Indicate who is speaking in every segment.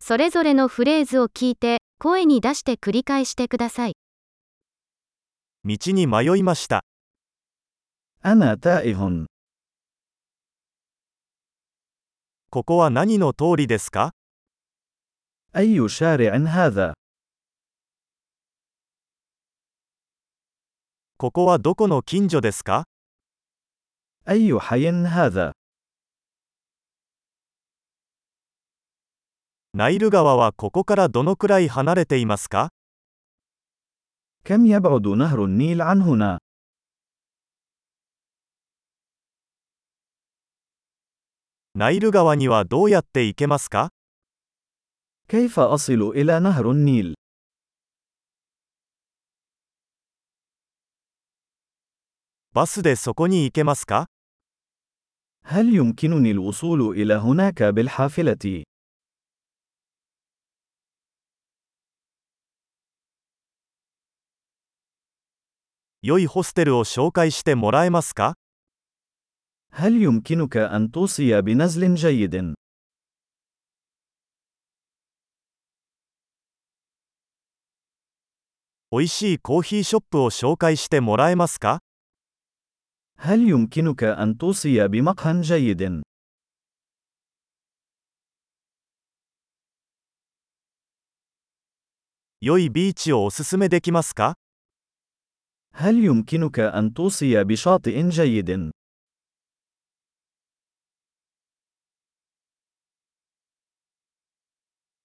Speaker 1: それぞれのフレーズを聞いて、声に出して繰り返してください。
Speaker 2: 道に迷いました。
Speaker 3: أنا تائه.
Speaker 2: ここは何の通りですか
Speaker 3: أي شارع هذا؟
Speaker 2: ここはどこの近所ですか
Speaker 3: أي حي هذا؟
Speaker 2: ナイル川はここからどのくらい離れていますか
Speaker 3: كم يبعد نهر النيل عن هنا؟
Speaker 2: ナイル川にはどうやって行けますか
Speaker 3: كيف أصل إلى نهر النيل؟
Speaker 2: バスでそこに行けますか
Speaker 3: هل يمكنني الوصول إلى هناك بالحافلة؟
Speaker 2: 良いホステルを紹介してもらえますか
Speaker 3: هل يمكنك أن توصي بنزل جيد؟
Speaker 2: 美味しいコーヒーショップを紹介してもらえますか
Speaker 3: هل يمكنك أن توصي بمقهى جيد؟
Speaker 2: 良いビーチをおすすめできますか
Speaker 3: هل يمكنك أن توصي بشاطئ جيد؟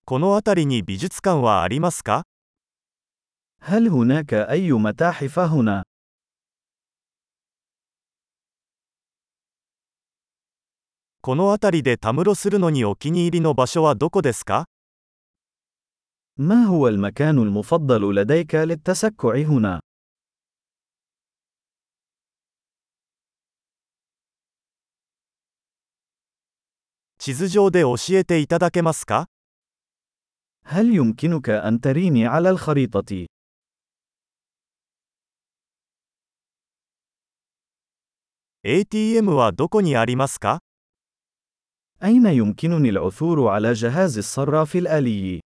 Speaker 2: この辺りに美術館はありますか
Speaker 3: هل هناك أي متاحف هنا؟
Speaker 2: この辺りでたむろするのにお気に入りの場所はどこですか
Speaker 3: ما هو المكان المفضل لديك للتسكع هنا؟
Speaker 2: 地図上で教えていただけますか
Speaker 3: هل يمكنك أن تريني على الخريطة؟
Speaker 2: ？ATM はどこにありますか
Speaker 3: أين يمكنني العثور على جهاز الصراف الآلي؟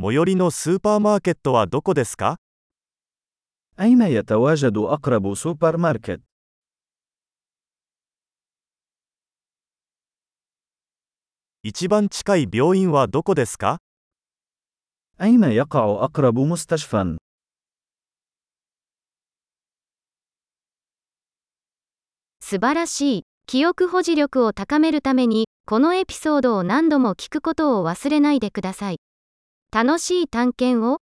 Speaker 2: 最寄りのスーパーマーケットはどこですか
Speaker 3: أين يتواجد أقرب سوبر ماركت؟
Speaker 2: 一番近い病院はどこですか
Speaker 3: أين يقع أقرب مستشفى؟
Speaker 1: 素晴らしい。記憶保持力を高めるために、このエピソードを何度も聞くことを忘れないでください。楽しい探検を。